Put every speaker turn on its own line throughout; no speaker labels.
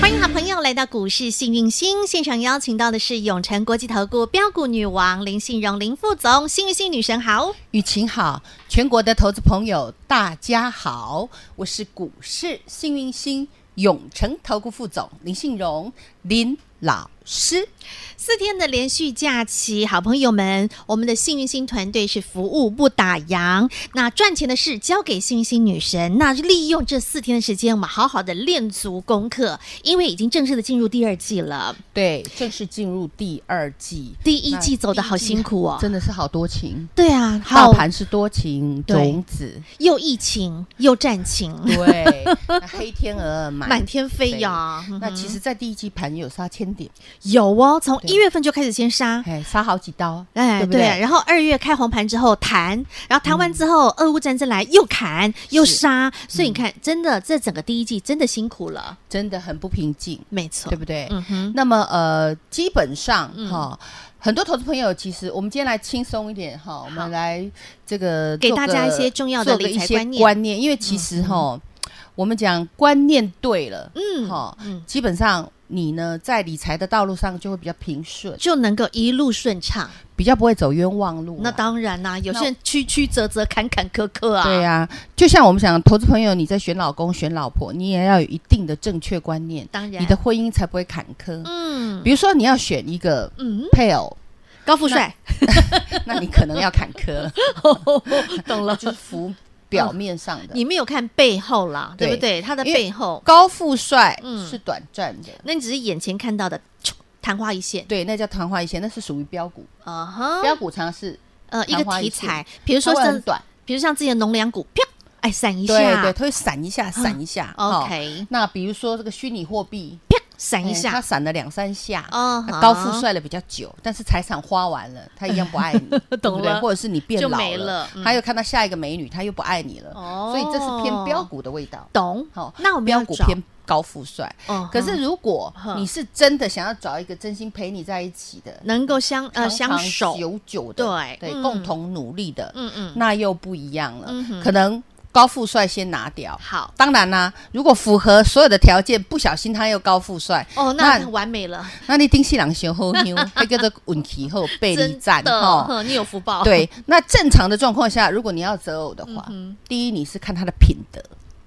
欢迎好朋友来到股市幸运星现场，邀请到的是永诚国际投顾标股女王林信荣林副总，幸运星女神好。
雨晴好，全国的投资朋友大家好，我是股市幸运星永诚投顾副总林信荣林老师。
四天的连续假期，好朋友们，我们的幸运星团队是服务不打烊，那赚钱的事交给幸运星女神。那利用这四天的时间，我们好好的练足功课，因为已经正式的进入第二季了。
对，正式进入第二季，
第一季
那
走得好
第一季
辛苦哦
真的是好多情。
对啊，
大
好，
盘是多情
对
种子，
又疫情又战情，
对，那黑天鹅 嗯满
满天飞呀。嗯
那其实，在第一季盘有杀千点，
有哦，从
对
一月份就开始先杀。
哎，杀好几刀，
哎，
对不对？
然后二月开红盘之后弹，然后弹完之后，俄乌战争来又砍又
嗯
杀，所以你看，真的这整个第一季真的辛苦了，
真的很不平静，
没错
对，不对？
嗯哼，
那么呃，基本上哈、很多投资朋友其实我们今天来轻松一点哈，我们来这个
给
做
大
个
家一些重要的
做个
理
一
财
些
观念
观念，因为其实哈、我们讲观念对了，
嗯
哈、
嗯
基本上你呢在理财的道路上就会比较平顺，
就能够一路顺畅。
比较不会走冤枉路啦。
那当然啦，有
那
些人曲曲折折、坎坎坷坷啊，
对呀、就像我们讲投资朋友，你在选老公、选老婆，你也要有一定的正确观念，
当然，
你的婚姻才不会坎坷。
嗯
比如说你要选一个
嗯，
配偶，
高富帅，
那你可能要坎坷了。哦
懂了，
就是浮表面上的。
你没有看背后啦，对
对
不对？他的
因为
背后，
高富帅
嗯
是短暂的，
那你只是眼前看到的昙花一现，
对，那叫昙花一现，那是属于标股。
啊哈，
标股常常是
呃，一
昙
个
花一
题
现
材，比如说
它会
像
很短，
比如像之前农粮股，啪，哎，闪一
对对，
下嗯
它会闪一下，闪一下。哦
，OK，
那比如说这个虚拟货币，
啪，闪一
哎它
下，
闪了两三下。
哦
那高富帅了比较久，但是财产花完了，他一样 不爱你，对不对
了
或者是你变
就
老
没
了
了嗯，
他又看到下一个美女，他又不爱你了，
哦
所以这是偏标股的味道。
懂？
好，
那我们要
标股
找
偏高富帅，
哦
可是如果
哼
你是真的想要找一个真心陪你在一起的，
能够相呃
长
相
长
守，
久久的，
对嗯
共同努力的，
嗯嗯，
那又不一样了
嗯哼。
可能高富帅先拿掉。
好
当然啦、如果符合所有的条件，不小心他又高富帅，
哦，那
那
完美了，
那你丁西朗修后妞， 那叫做运气后背离
真
战
的，哦
哈。
呵你有福报，
对，那正常的状况下，如果你要择偶的话，
嗯
第一你是看他的品德，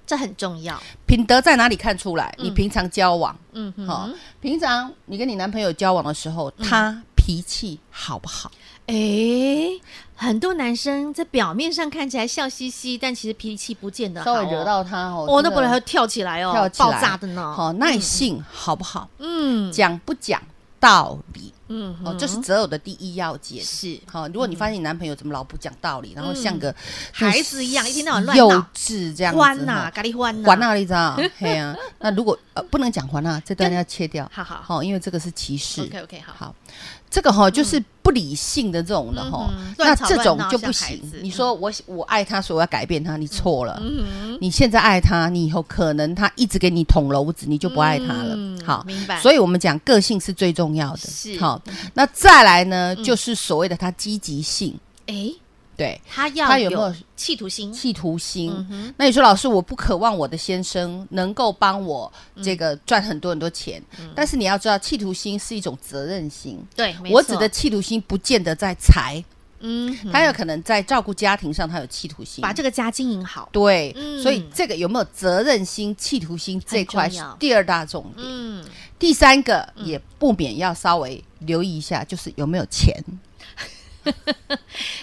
这很重要，
品德在哪里看出来？你平常交往，
嗯
好、
哼，嗯
平常你跟你男朋友交往的时候，他脾气好不好？
哎，很多男生在表面上看起来笑嘻嘻，但其实脾气不见得好
稍
哦，
微惹到他哦，
哦，那
真的
不然会跳起来哦
跳，起来
爆炸的呢，
好耐性好不好？
嗯
讲不讲道理？
嗯
哦，
哼
这是择偶的第一要件。
是嗯
好，如果你发现你男朋友怎么老不讲道理，然后像个
孩子一样，一天到晚乱
幼
闹，
稚这样子，
欢呐，
哈
咖喱欢呐，
还啊，你 知道？嘿呀，那如果呃不能讲还啊，这段要切掉。
好好
好，因为这个是歧视。
OK OK 好，
好，这个哈就是不理性的这种的哈
嗯哼，
那
乱吵
这种
乱闹
就不
像孩
行
子。
你说我我爱他，所以我要改变他，你错了。
嗯，
你现在爱他，你以后可能他一直给你捅娄子，你就不爱他了。
嗯
好，
明白
所以我们讲个性是最重要的。
是嗯
好，那再来呢，就是所谓的他积极性，
哎，
对，
他要
他有没有
企图心？
企图心。
嗯哼，
那你说，老师，我不渴望我的先生能够帮我
嗯
这个赚很多很多钱，但是你要知道，企图心是一种责任心。
对，没
我
错
指的，企图心，不见得在财，
嗯哼，
他有可能在照顾家庭上，他有企图心。
把这个家经营好，
对，
嗯
所以这个有没有责任心、企图心这块
重
是
要
第二大重点。
嗯，
第三个也不免要稍微留意一下，就是有没有钱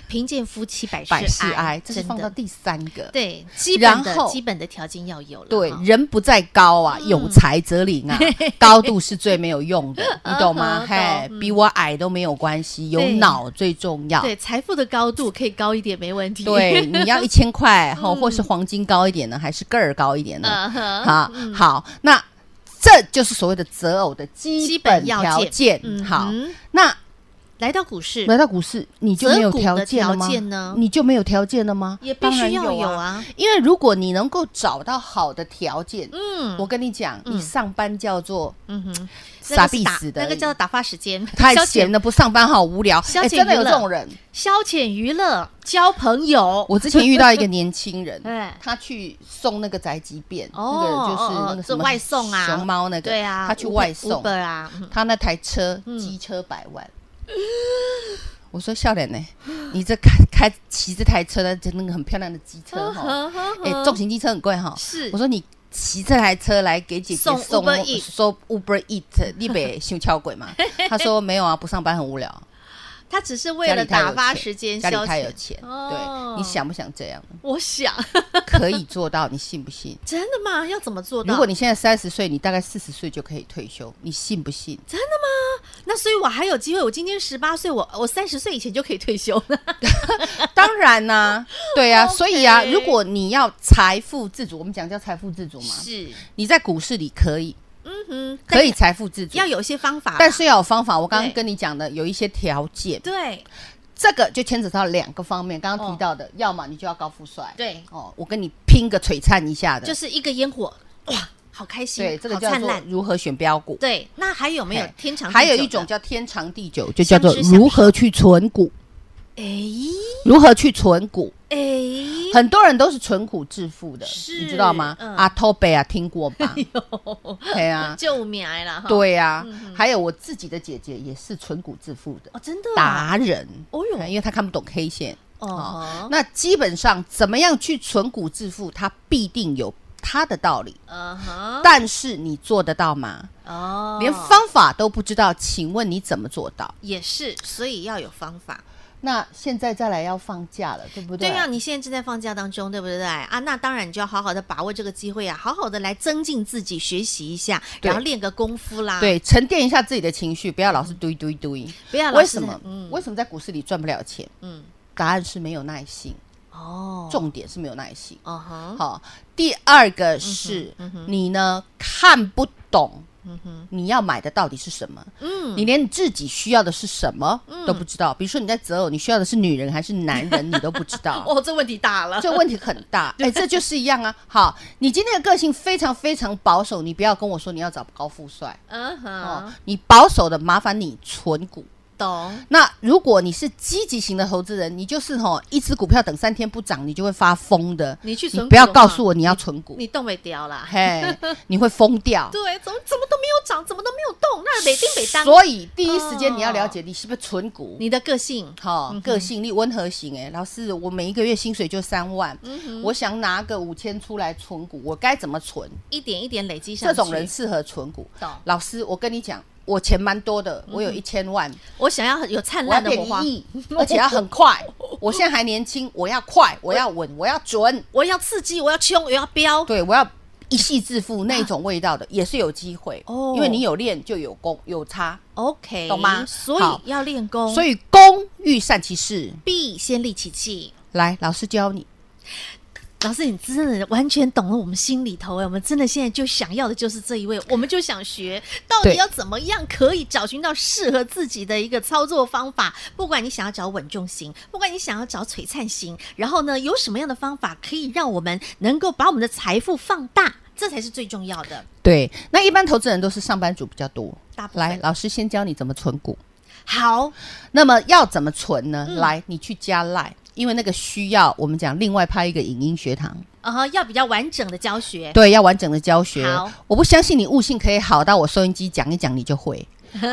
贫贱夫妻百
百
事
事哀，这是
真
放到
的，
第三个。
对，基本
然
的
后
基本的条件要有了，
对
哈，
人不在高
嗯
啊，有才则 灵啊，高度是最没有用的，你懂
嗯
吗？
哼
嘿
懂，
比我矮都没有关系，有
对
脑最重要。
对，财富的高度可以高一点，没问题，
对，你要一千块，吼，或是黄金高一点呢，还是个儿高一点呢？
嗯嗯哼，
啊，好，那这就是所谓的择偶的基
基
本
本要
条件。
嗯
好，
哼
那
来到股市
来到股市，你就没有条件
择
了
股的
吗
条件呢？
你就没有条件了吗？
也必须
当
要
然
有
啊。
啊，
因为如果你能够找到好的条件，
嗯，
我跟你讲，
嗯
你上班叫做
嗯哼，那
傻
个是
逼
打
死的，
那个叫打发时间，
太
消遣
闲了，不上班好无聊。
消
哎
遣
真的有
娱乐
这种人。
消遣娱乐，交朋友。，
我之前遇到一个年轻人
哎
他去送那个宅急便，
哦
那个就是
哦哦
那个什
这
么
外送啊
熊猫那个，
对啊，
他去
Uber-
外送
Uber，啊，嗯
他那台车
嗯
机车百万。我说笑脸呢，你这开开骑这台车的，就那个很漂亮的机车哈，哎，重型机车很贵哈。
是
我说你骑这台车来给姐姐
送
送
Uber Eat
说 Uber Eat，你别想敲 鬼嘛。他说没有啊，不上班很无聊，
他只是为了打发时间
家里
消
太有
遣。
钱。
哦
对，你想不想这样？
我想，
可以做到，你信不信？
真的吗？要怎么做到？
如果你现在三十岁，你大概四十岁就可以退休，你信 不信？
那所以我还有机会，我今天十八岁，我我三十岁以前就可以退休了。
当然啦、对啊，
OK
所以啊，如果你要财富自主，我们讲叫财富自主嘛，
是，
你在股市里可以
嗯哼，
可以财富自主
要，有一些方法啦，
但是要有方法。我刚刚
对
跟你讲的有一些条件，
对
这个就牵扯到两个方面，刚刚
哦
提到的，要么你就要高富帅，
对，
哦，我跟你拼个璀璨一下的，
就是一个烟火，哇，好开心，
对，这个
好
叫
灿
做
烂。
如何选标股。
对，那还有没有
嘿
天长地久的？
还有一种叫天长地久，就叫做
相知相
如何去存股，
哎
如何去存股。
哎，
很多人都是存股致富的，
是
你知道吗
嗯？哎
阿托贝啊，听过 吧？对啊，
救命了哈！
对啊，
嗯
还有我自己的姐姐也是存股致富的
哦，真的啊
达人，哎
哦哟
因为她看不懂 K 线。
哦
那基本上怎么样去存股致富，它必定有它的道理。
嗯哼
但是你做得到吗？
哦，
连方法都不知道，请问你怎么做到？
也是，所以要有方法。
那现在再来要放假了，对不对？
对啊，你现在正在放假当中，对不对啊？那当然，你就要好好的把握这个机会啊，好好的来增进自己，学习一下，
对
然后练个功夫啦。，
对，沉淀一下自己的情绪，不要老
嗯
是堆堆堆。
不要老
为
是
什么？
嗯
为什么在股市里赚不了钱？
嗯，
答案是没有耐心，
哦，，
重点是没有耐心。
嗯哼，
好、第二个是、
嗯
你呢看不懂，你要买的到底是什么？
嗯，
你连你自己需要的是什么、都不知道。比如说你在择偶，你需要的是女人还是男 人，你都不知道。
哦，这问题大了，
这问题很 大，哎、这就是一样啊。好，你今天的个性非常非常保守，你不要跟我说你要找高富帅
嗯
哦
哼，。
你保守的，麻烦你存股。
懂，
那如果你是积极型的投资人，你就是吼、一只股票等三天不涨，你就会发疯的。
你去存股
不要
的
告
话
诉我你要存股，
你动没掉啦？
嘿，你会疯掉。
对，怎么怎么都没有涨，怎么都没有动，那每丁每当，
所以第一时间你要了解你是不是存股，
你的个性
好、个性力温和型哎、老师，我每一个月薪水就三万，
嗯
我想拿个五千出来存股，我该怎么存？
一点一点累积上
这
去，
种人适合存股
懂。
老师，我跟你讲，我钱蛮多的，
嗯
我有一千万，
我想要有灿
我要
烂的
变
火花
一，亿，而且要 很快。我现在还年轻，我要快，我要稳，我要准，
我要刺激，我要冲，我要飙，
对我要。一夕致富那种味道的也是有机会
啊哦
因为你有练就有功有差，
OK，
懂吗
所
好
以要练功，
所以工欲善其事，
必先利其器。
来，老师教你。
老师，你真的完全懂了我们心里头哎，我们真的现在就想要的就是这一位，我们就想学，到底
对
要怎么样可以找寻到适合自己的一个操作方法？不管你想要找稳重型，不管你想要找璀璨型，然后呢，有什么样的方法可以让我们能够把我们的财富放大，这才是最重要的。
对，那一般投资人都是上班族比较多。
大部分
来，老师先教你怎么存股。
好，
那么要怎么存
嗯
呢？来，你去加赖，因为那个需要我们讲另外拍一个影音学堂，
呃呵，要比较完整的教学，
对，要完整的教学
好。
我不相信你悟性可以好到我收音机讲一讲你 就会，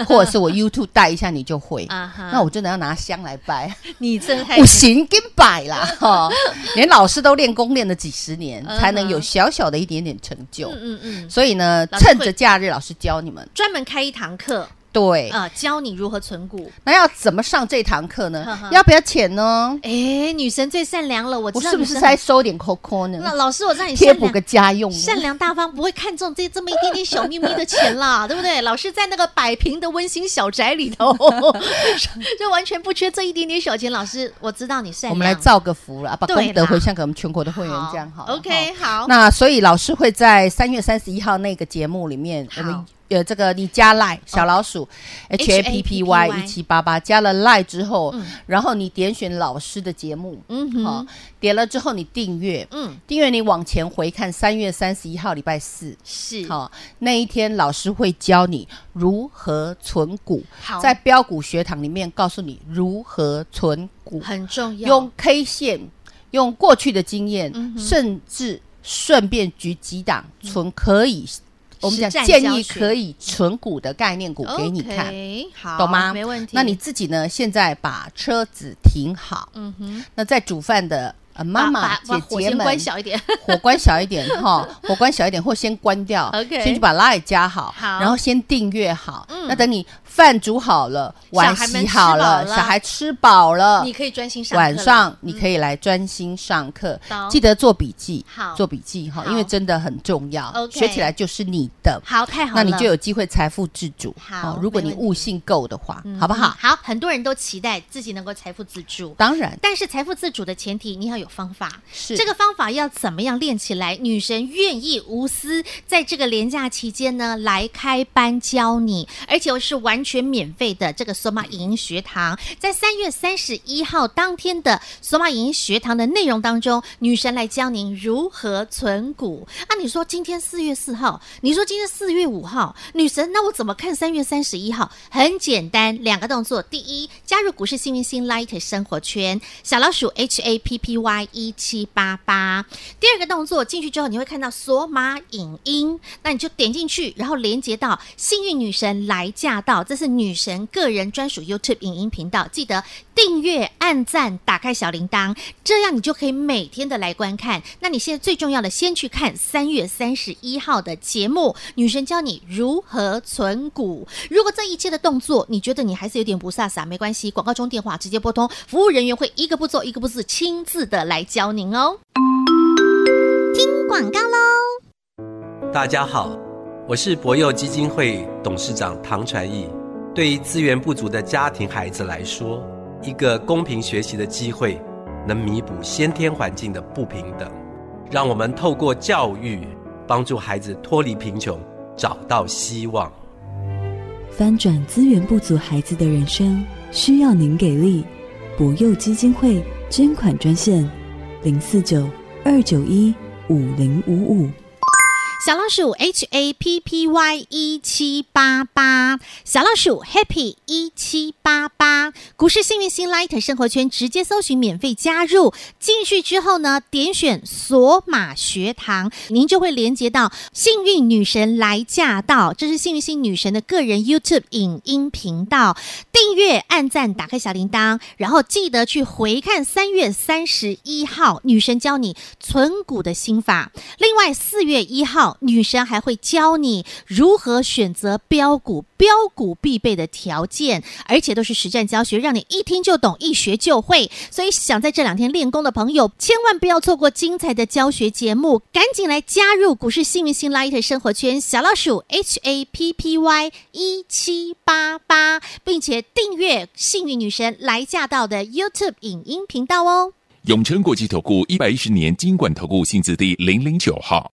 或者是我 YouTube 带一下你就会。
啊哈
那我真的要拿香来拜，
你真的太
五行跟摆啦 哈，连老师都练功练了几十年，才能有小小的一点点成就。
嗯嗯嗯嗯，
所以呢，
老师
趁
会
着假日，老师教你们。
专门开一堂课，
对，
呃，教你如何存股。
那要怎么上这堂课呢？
呵呵
要不要钱呢？
哎，女神最善良了，我知
我
道
是不
女
是
神
该
很
收点 COCO 呢
那？老师，我让你
贴
善
补
良
个家用呢。
善良大方，不会看中这这么一点点小秘密的钱 啦，对不对？老师在那个百平的温馨小宅里头， 就完全不缺这一点点小钱。老师，我知道你善良，
我们来造个福了，把
对
功德
啦
回向给我们全国的会员，这样好了。
OK，好，
那所以老师会在三月三十一号那个节目里面，
好哦
我们呃这个你加赖小老鼠 H A P P Y 一七八八加了赖之后，然后你点选老师的节目，
嗯
好
哼，，
点了之后你订阅，
嗯，
订阅你往前回看三月三十一号礼拜四。
是，
好，那一天老师会教你如何存股，
好
在标股学堂里面告诉你如何存股，
很重要，
用 K 线，用过去的经验，
嗯哼
甚至顺便举几档存可以，我们讲
嗯实战
建
教
议
学
可以存股的概念股给你看
OK，好，
懂吗？
没问题。
那你自己呢？现在把车子停好，
嗯哼，
那在煮饭的呃妈
把
妈
把把
姐
火
姐
先
们，
关小一点，
火关小一点 哈，火关小一点，或先关掉
OK
先去把拉也加好，
好
然后先订阅好。
嗯
那等你饭煮好了，碗
小孩们
洗
吃
好
饱了
小孩吃饱了，
你可以专心上课了
晚上你可以来专心上课，
懂
记得做笔记，
好
做笔记哈，
好
因为真的很重要
OK
学起来就是你的，
好，太好
那
了，
你就有机会财富自主。
好
哦如果你
没问题
悟性够的话
嗯，
好不好？
好，很多人都期待自己能够财富自主，
当然
但是财富自主的前提，你要有方法。
是
这个方法要怎么样练起来？女神愿意无私，在这个廉价期间呢，来开班教你，而且是完全免费的。这个索马影音学堂在三月三十一号当天的索马影音学堂的内容当中，女神来教您如何存股。啊，你说今天四月四号，你说今天四月五号，女神，那我怎么看三月三十一号？很简单，两个动作。第一，加入股市幸运星 Light 生活圈，小老鼠 H A P P Y 一七八八。第二个动作，进去之后你会看到索马影音，那你就点进去，然后连接到幸运女神来驾到，这是女神个人专属 YouTube 影音频道，记得订阅、按赞、打开小铃铛，这样你就可以每天的来观看。那你现在最重要的，先去看三月三十一号的节目，女神教你如何存股。如果这一切的动作你觉得你还是有点不飒飒，没关系，广告中电话直接拨通，服务人员会一个步骤一个步骤亲自的来教您哦。听广告喽。
大家好，我是博幼基金会董事长唐传义。对于资源不足的家庭孩子来说，一个公平学习的机会，能弥补先天环境的不平等。让我们透过教育，帮助孩子脱离贫穷，找到希望。
翻转资源不足孩子的人生，需要您给力。博幼基金会捐款专线：零四九二九一五零五五。
小老鼠 H A P P Y 一七八八，小老鼠 Happy 一七八八，股市幸运星 Light 生活圈直接搜寻免费加入，进去之后呢，点选索马学堂，您就会连接到幸运女神来驾到，这是幸运星女神的个人 YouTube 影音频道，订阅、按赞、打开小铃铛，然后记得去回看三月三十一号女神教你存股的心法。另外，四月一号，女神还会教你如何选择标股，标股必备的条件，而且都是实战教学，让你一听就懂，一学就会。所以，想在这两天练功的朋友，千万不要错过精彩的教学节目，赶紧来加入股市幸运星 Light 生活圈小老鼠 H A P P Y 一七八八，并且订阅幸运女神来驾到的 YouTube 影音频道哦。
永诚国际投顾一百一十年金管投顾性质第零零九号。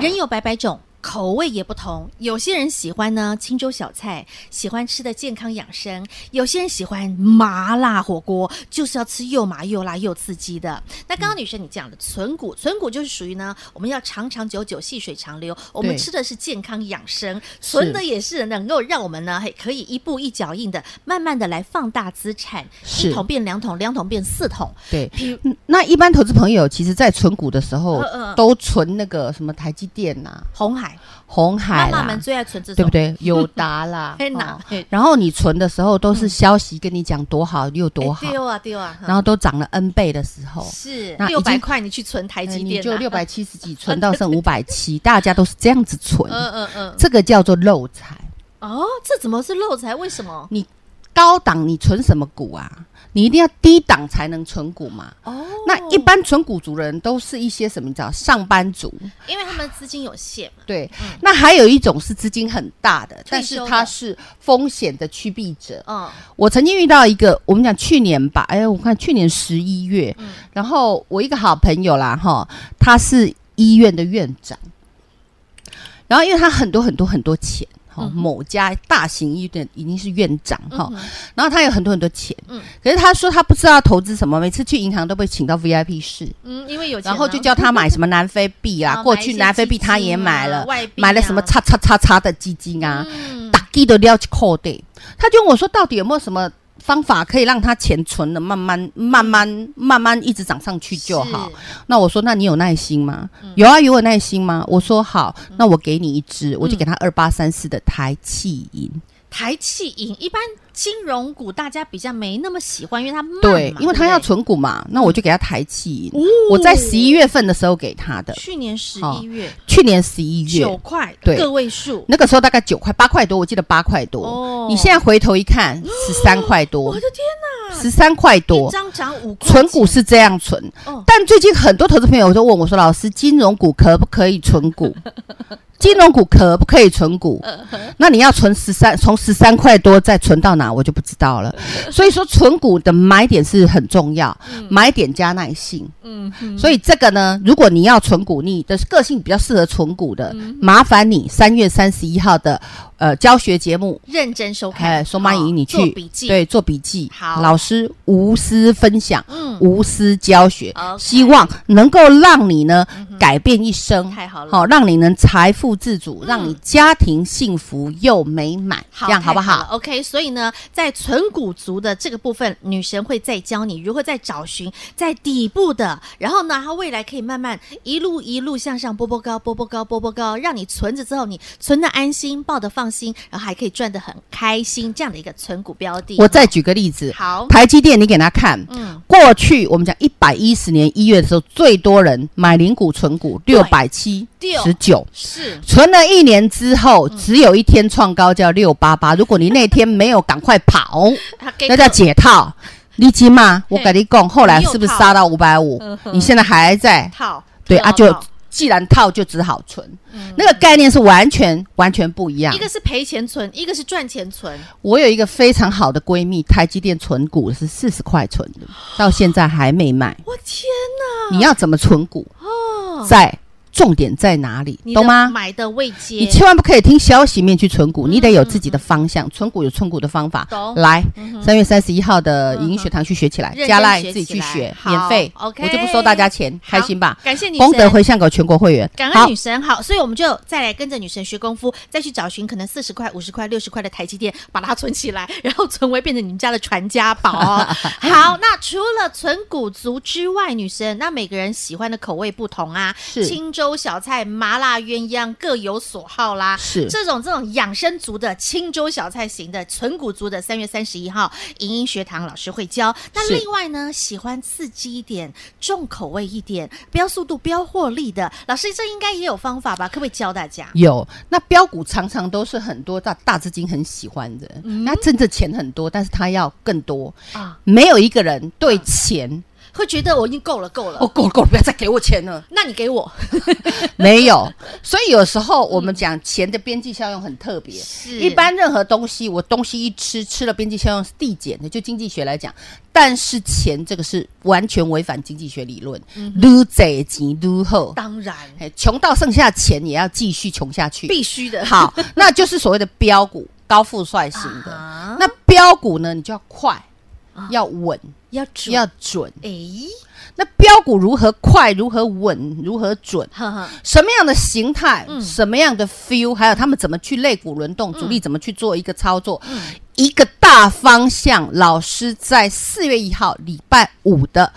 人有百百种，口味也不同。有些人喜欢呢清粥小菜，喜欢吃的健康养生；有些人喜欢麻辣火锅，就是要吃又麻又辣又刺激的。
嗯
那刚刚女生你讲的存股，存股就是属于呢，我们要长长久久、细水长流。我们
对
吃的是健康养生，存的也是能够让我们呢，嘿可以一步一脚印的，慢慢的来放大资产，
是
一桶变两桶，两桶变四桶。
对
譬如。
嗯那一般投资朋友其实，在存股的时候
嗯嗯嗯
都存那个什么台积电呐、啊
红海海，
红海
妈妈
啦，
们最爱存这种，，
对不？对？友达啦
天哪嗯
哦
嘿
然后你存的时候都是消息跟你讲多好又多好，
丢啊丢啊！
然后都涨了 N 倍的时候，
是
哦那已
六
经
百块，你去存台
呃
积
你
电、啊，
就六百七十几 存到剩五百七，大家都是这样子存，
嗯嗯嗯，
这个叫做漏财。
哦，这怎么是漏财？为什么？
高档你存什么股啊？你一定要低档才能存股嘛。
哦，
那一般存股族的人都是一些什么？你知道，上班族。
因为他们资金有限嘛，
对，那还有一种是资金很大的，但
嗯
是
退休的
他是风险的趋避者。
嗯，
我曾经遇到一个，我们讲去年吧，哎，我看去年十一月，
嗯
然后我一个好朋友啦，哈，他是医院的院长，然后因为他很多很多很多钱。
嗯
哈，某家大型医院已经是院长哈，然后他有很多很多钱，
嗯
可是他说他不知道投资什么，每次去银行都被请到 VIP 室，
嗯，因为有钱啊，
然后就叫他买什么南非 币啊，
啊
过
买一
去
些
南非币
基金
他也买了
啊外币，
买了
啊
什么叉叉叉叉的基金啊，
嗯，
打击都撩起扣对，他就问我说，到底有没有什么方法可以让他钱存的慢慢、慢慢、慢慢一直涨上去就好？那我说，那你有耐心吗？
嗯
有啊，有有耐心吗？我说好，那我给你一
嗯
支，我就给他二八三四的台气银。
台气银一般金融股大家比较没那么喜欢，因为它慢嘛，
对，因为他要
对不
存股嘛，那我就给他台气
嗯哦
银。我在十一月份的时候给他
对，
的
去年十
哦
一月
去年十一月
九块，
对
个位数，
那个时候大概九块八块多，我记得八块多。
哦
你现在回头一看，十三块多
我，的天哪，
十三块多
一。张涨五块钱，
存股是这样存，
哦
但最近很多投资朋友都问我说：“老师，金融股可不可以存 股？金融股可不可以存股？
嗯
那你要存十三，从十三块多再存到哪，我就不知道了。
嗯
所以说，存股的买点是很重要，买点加耐性。嗯，所以这个呢，如果你要存股，你的个性比较适合存股的，
嗯
麻烦你三月三十一号的呃教学节目
认真收看，
哎，松妈
好
姨，你去
做笔记，
对，做笔记。
好
老师无私分享，
嗯
无私教学
OK 嗯
希望能够让你呢、改变一生，
太好了嗯
好、让你能财富自主，让你家庭幸福又美满，这样好不
太了
好？
？OK，所以呢，在存股族的这个部分，女神会再教你如何在找寻在底部的，然后呢，它未来可以慢慢一路一路向上，波波高，波波高，波波高，让你存着之后，你存的安心，抱的放心，然后还可以赚得很开心，这样的一个存股标的。
我再举个例子，
好，
台积电，你给他看。
嗯，
过去我们讲一百一十年一月的时候，最多人买零股存股
对
六百七十九，
是
存了一年之后，
嗯
只有一天创高叫六八八。如果你那天没有赶快跑，
它给
那叫解套。你起嘛，我跟你讲，后来是不是杀到五百五
嗯？哼
你现在还在
套，
对
套
啊，就
套
既然套就只好存，那个概念是完全完全不一样
嗯一。个是赔钱存，一个是赚钱存，
我有一个非常好的闺蜜，台积电存股是四十块存的，到现在还没卖。
我天哪！
你要怎么存股？
哦，
在重点在哪里
你？的
懂吗？
买的未接，
你千万不可以听消息面去存股，你得有自己的方向。存股有存股的方法
嗯懂，
来三月三十一号的影音
嗯哼
学堂去学起来，
认真
加赖
学
自己
起
去
来
学，
好
免费
，OK
我就不收大家钱，开心吧
好？感谢女神
功德回向给全国会员，
感
好
恩女神好，所以我们就再来跟着女神学功夫，再去找寻可能四十块、五十块、六十块的台积电，把它存起来，然后存为变成你们家的传家宝。哦 好，那除了存股族之外，女神那每个人喜欢的口味不同啊，
是
清粥小菜、麻辣鸳鸯各有所好啦。
是
这种这种养生族的清粥小菜型的存股族的，三月三十一号影音学堂老师会教。那
是
另外呢，喜欢刺激一点、重口味一点、标速度、标获利的，老师这应该也有方法吧？可不可以教大家？
有那标股常常都是很多大大资金很喜欢的，那挣的钱很多，但是他要更多
嗯啊
没有一个人对钱
会觉得我已经够了，够了。
哦够了够了，不要再给我钱 了，
那你给我
没有。所以有时候我们讲钱的边际效用很特别，
是
一般任何东西，我东西一吃，吃了边际效用是递减的，就经济学来讲。但是钱这个是完全违反经济学理论，
嗯
撸贼钱撸后，
当然
嘿穷到剩下钱也要继续穷下去。
必须的。
好，那就是所谓的标股高富帅型的。
啊，
那标股呢，你就要快，要稳，
要哎准
要准。
诶，
那标股如何快，如何稳，如何准？
呵呵，
什么样的形态，什么样的 feel，还有他们怎么去肋骨轮动，主力怎么去做一个操作，一个大方向，老师在四月一号礼拜五的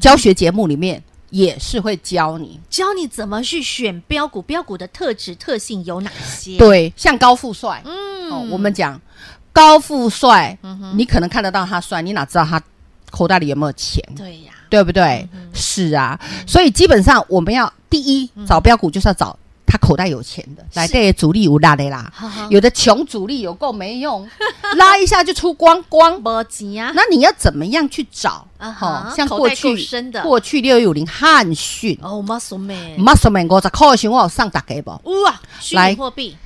教学节目里面。也是会教你。
教你怎么去选标股，标股的特质特性有哪些？，
对，像高富帅，嗯、我们讲高富帅，你可能看得到他帅，你哪知道他口袋里有没有钱？
对呀、
对不对？
嗯
是啊，所以基本上我们要第一找标股，就是要找他口袋有钱的，来这主力有拉的啦
好好，
有的穷主力有够没 用，拉一下就出光光。
没急啊，
那你要怎么样去找？
啊
哈
哈
像
口
过
袋够
去
深的
过去六一五零汉讯
哦，muscle man，
，muscle man 五十块的时候，我有上大家不？
哇，虚拟
来
货币，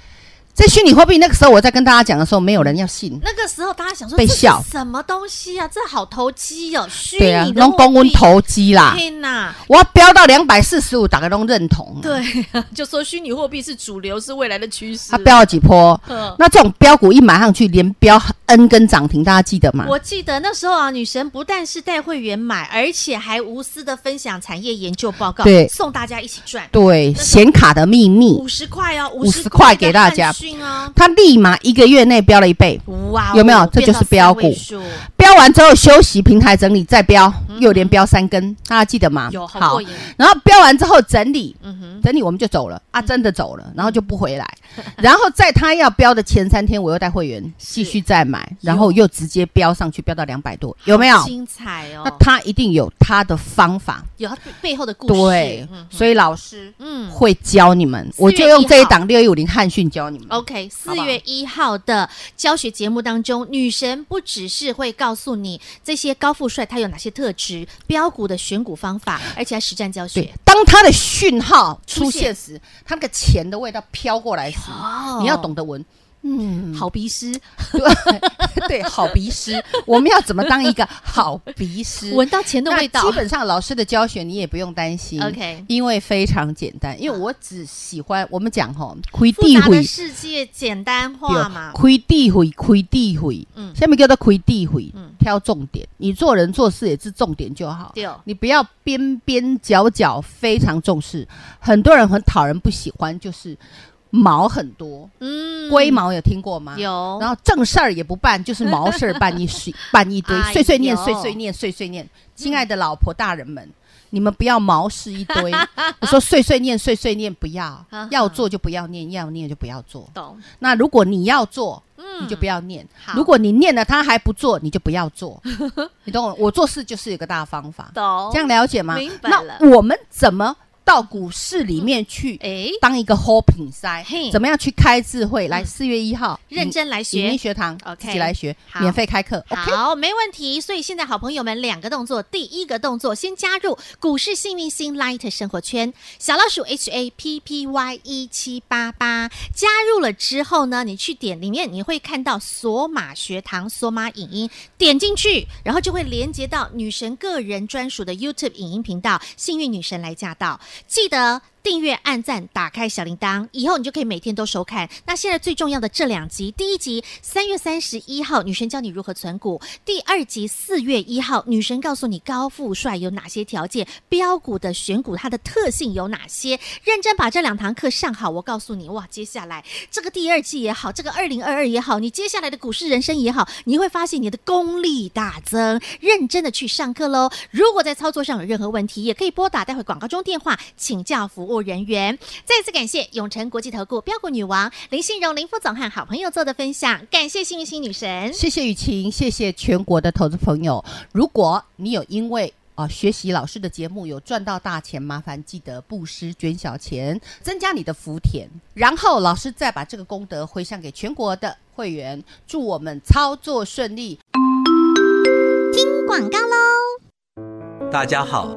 在虚拟货币那个时候，我在跟大家讲的时候，没有人要信。
那个时候大家想说
被
这是
笑
什么东西啊？这好投机哦，虚
对啊
拟，的
拢
货
公文
币，
投机啦，
天哪！
我要飙到两百四十五，大家都认同。，啊
对，就说虚拟货币是主流，是未来的趋势。
它飙啊了几波？
嗯
那这种标股一买上去，连标 N 根涨停，大家记得吗？
我记得那时候啊，女神不但是带会员买，而且还无私的分享产业研究报告，
对
送大家一起赚
对，显卡的秘密
五，十块哦，
50块给大家
哦，
它立马一个月内标了一倍，
哇哦，
有没有这
变
就
到
是标
三位
股
数
标完之后休息，平台整理再标，又连标三根，大家记得吗？
嗯有好过瘾，嗯
然后标完之后整理，整理我们就走了啊，真的走了，然后就不回 来。然后在他要标的前三天，我又带会员继续再买，然后又直接标上去，标到两百多，有没有
好？精彩
那
哦？
他一定有他的方法，
有它背背后的故事，
对，
嗯
所以老师
嗯。
会教你们，
四月
我就用
一
这一
号哦
档六一五零汉讯教你们。
OK，四
好不好
月一号的教学节目当中，女神不只是会告诉你这些高富帅他有哪些特质、标股的选股方法，而且还实战教
对
学。，
当它的讯号出
出现
现时，它那个钱的味道飘过来时，
哦
你要懂得闻。嗯，
好鼻师，
对 对，好鼻师，我们要怎么当一个好鼻师？
闻到钱的
那
味道，
基本上老师的教学你也不用担心
OK
因为非常简单。因为我只喜欢我们讲吼，开
复
地
杂的
会，
世界简单化嘛。
对开地会，开地会。
嗯
下面叫做开地会
嗯，
挑重点。你做人做事也是重点就好。
对，
你不要边边角角非常重视，很多人很讨人不喜欢，就是毛很多，
嗯
龟毛有听过吗？。
有，
然后正事儿也不办，就是毛事儿办 一事办一堆
哎，
碎碎念
呦嗯
碎碎念碎碎念。亲爱的老婆大人们，你们不要毛事一 堆。我说碎碎念碎碎念不要
啊哈，
要做就不要念，要念就不要做。
懂，
那如果你要做，
嗯
你就不要念
好；
如果你念了他还不做，你就不要 做。你懂我？我做事就是有个大方法。
懂
这样了解吗？
明白了
那我们怎么到股市里面去
哎，
当一个 h o p i n g 塞
嘿？嗯
怎么样去开智慧？来，四月一号
认真来
影音
学。
学堂
OK
自己来学
好，
免费开课。OK，
好，没问题。所以现在好朋友们两个动作，第一个动作先加入股市幸运星 Light 生活圈，小老鼠 H A P P Y 一七八八加入了之后呢，你去点里面你会看到索马学堂、索马影音，点进去，然后就会连接到女神个人专属的 YouTube 影音频道《幸运女神来驾到》，记得。订阅、按赞、打开小铃铛，以后你就可以每天都收看。那现在最重要的这两集，第一集三月三十一号，女神教你如何存股；第二集四月一号，女神告诉你高富帅有哪些条件，标股的选股它的特性有哪些。认真把这两堂课上好，我告诉你，哇，接下来这个第二季也好，这个二零二二也好，你接下来的股市人生也好，你会发现你的功力大增，认真的去上课喽。如果在操作上有任何问题，也可以拨打待会广告中电话请教服务人员。再次感谢永诚国际投顾标股女王林信荣林副总和好朋友做的分享，感谢幸运星女神。
谢谢雨晴，谢谢全国的投资朋友。如果你有因为啊、呃学习老师的节目有赚到大钱，麻烦记得布施捐小钱，增加你的福田，然后老师再把这个功德回向给全国的会员。祝我们操作顺利，
广告喽。
大家好，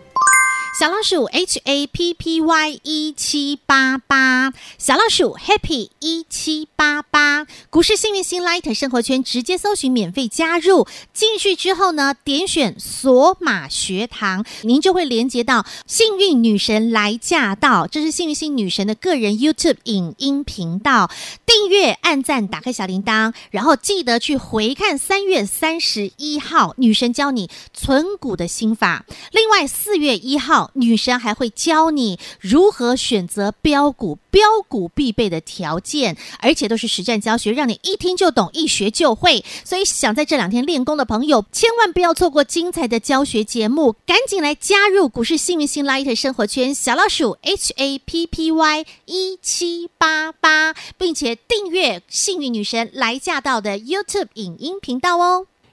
小老鼠 H A P P Y 一七八八，小老鼠 Happy 一七八八，股市幸运星 Light 生活圈直接搜寻免费加入，进去之后呢，点选索马学堂，您就会连接到幸运女神来驾到，这是幸运星女神的个人 YouTube 影音频道，订阅、按赞、打开小铃铛，然后记得去回看三月三十一号女神教你存股的心法。另外，四月一号女神还会教你如何选择标股，标股必备的条件，而且都是实战教学，让你一听就懂，一学就会。所以，想在这两天练功的朋友，千万不要错过精彩的教学节目，赶紧来加入股市幸运星 Light 生活圈小老鼠 H A P P Y 一七八八，并且订阅幸运女神来驾到的 YouTube 影音频道哦。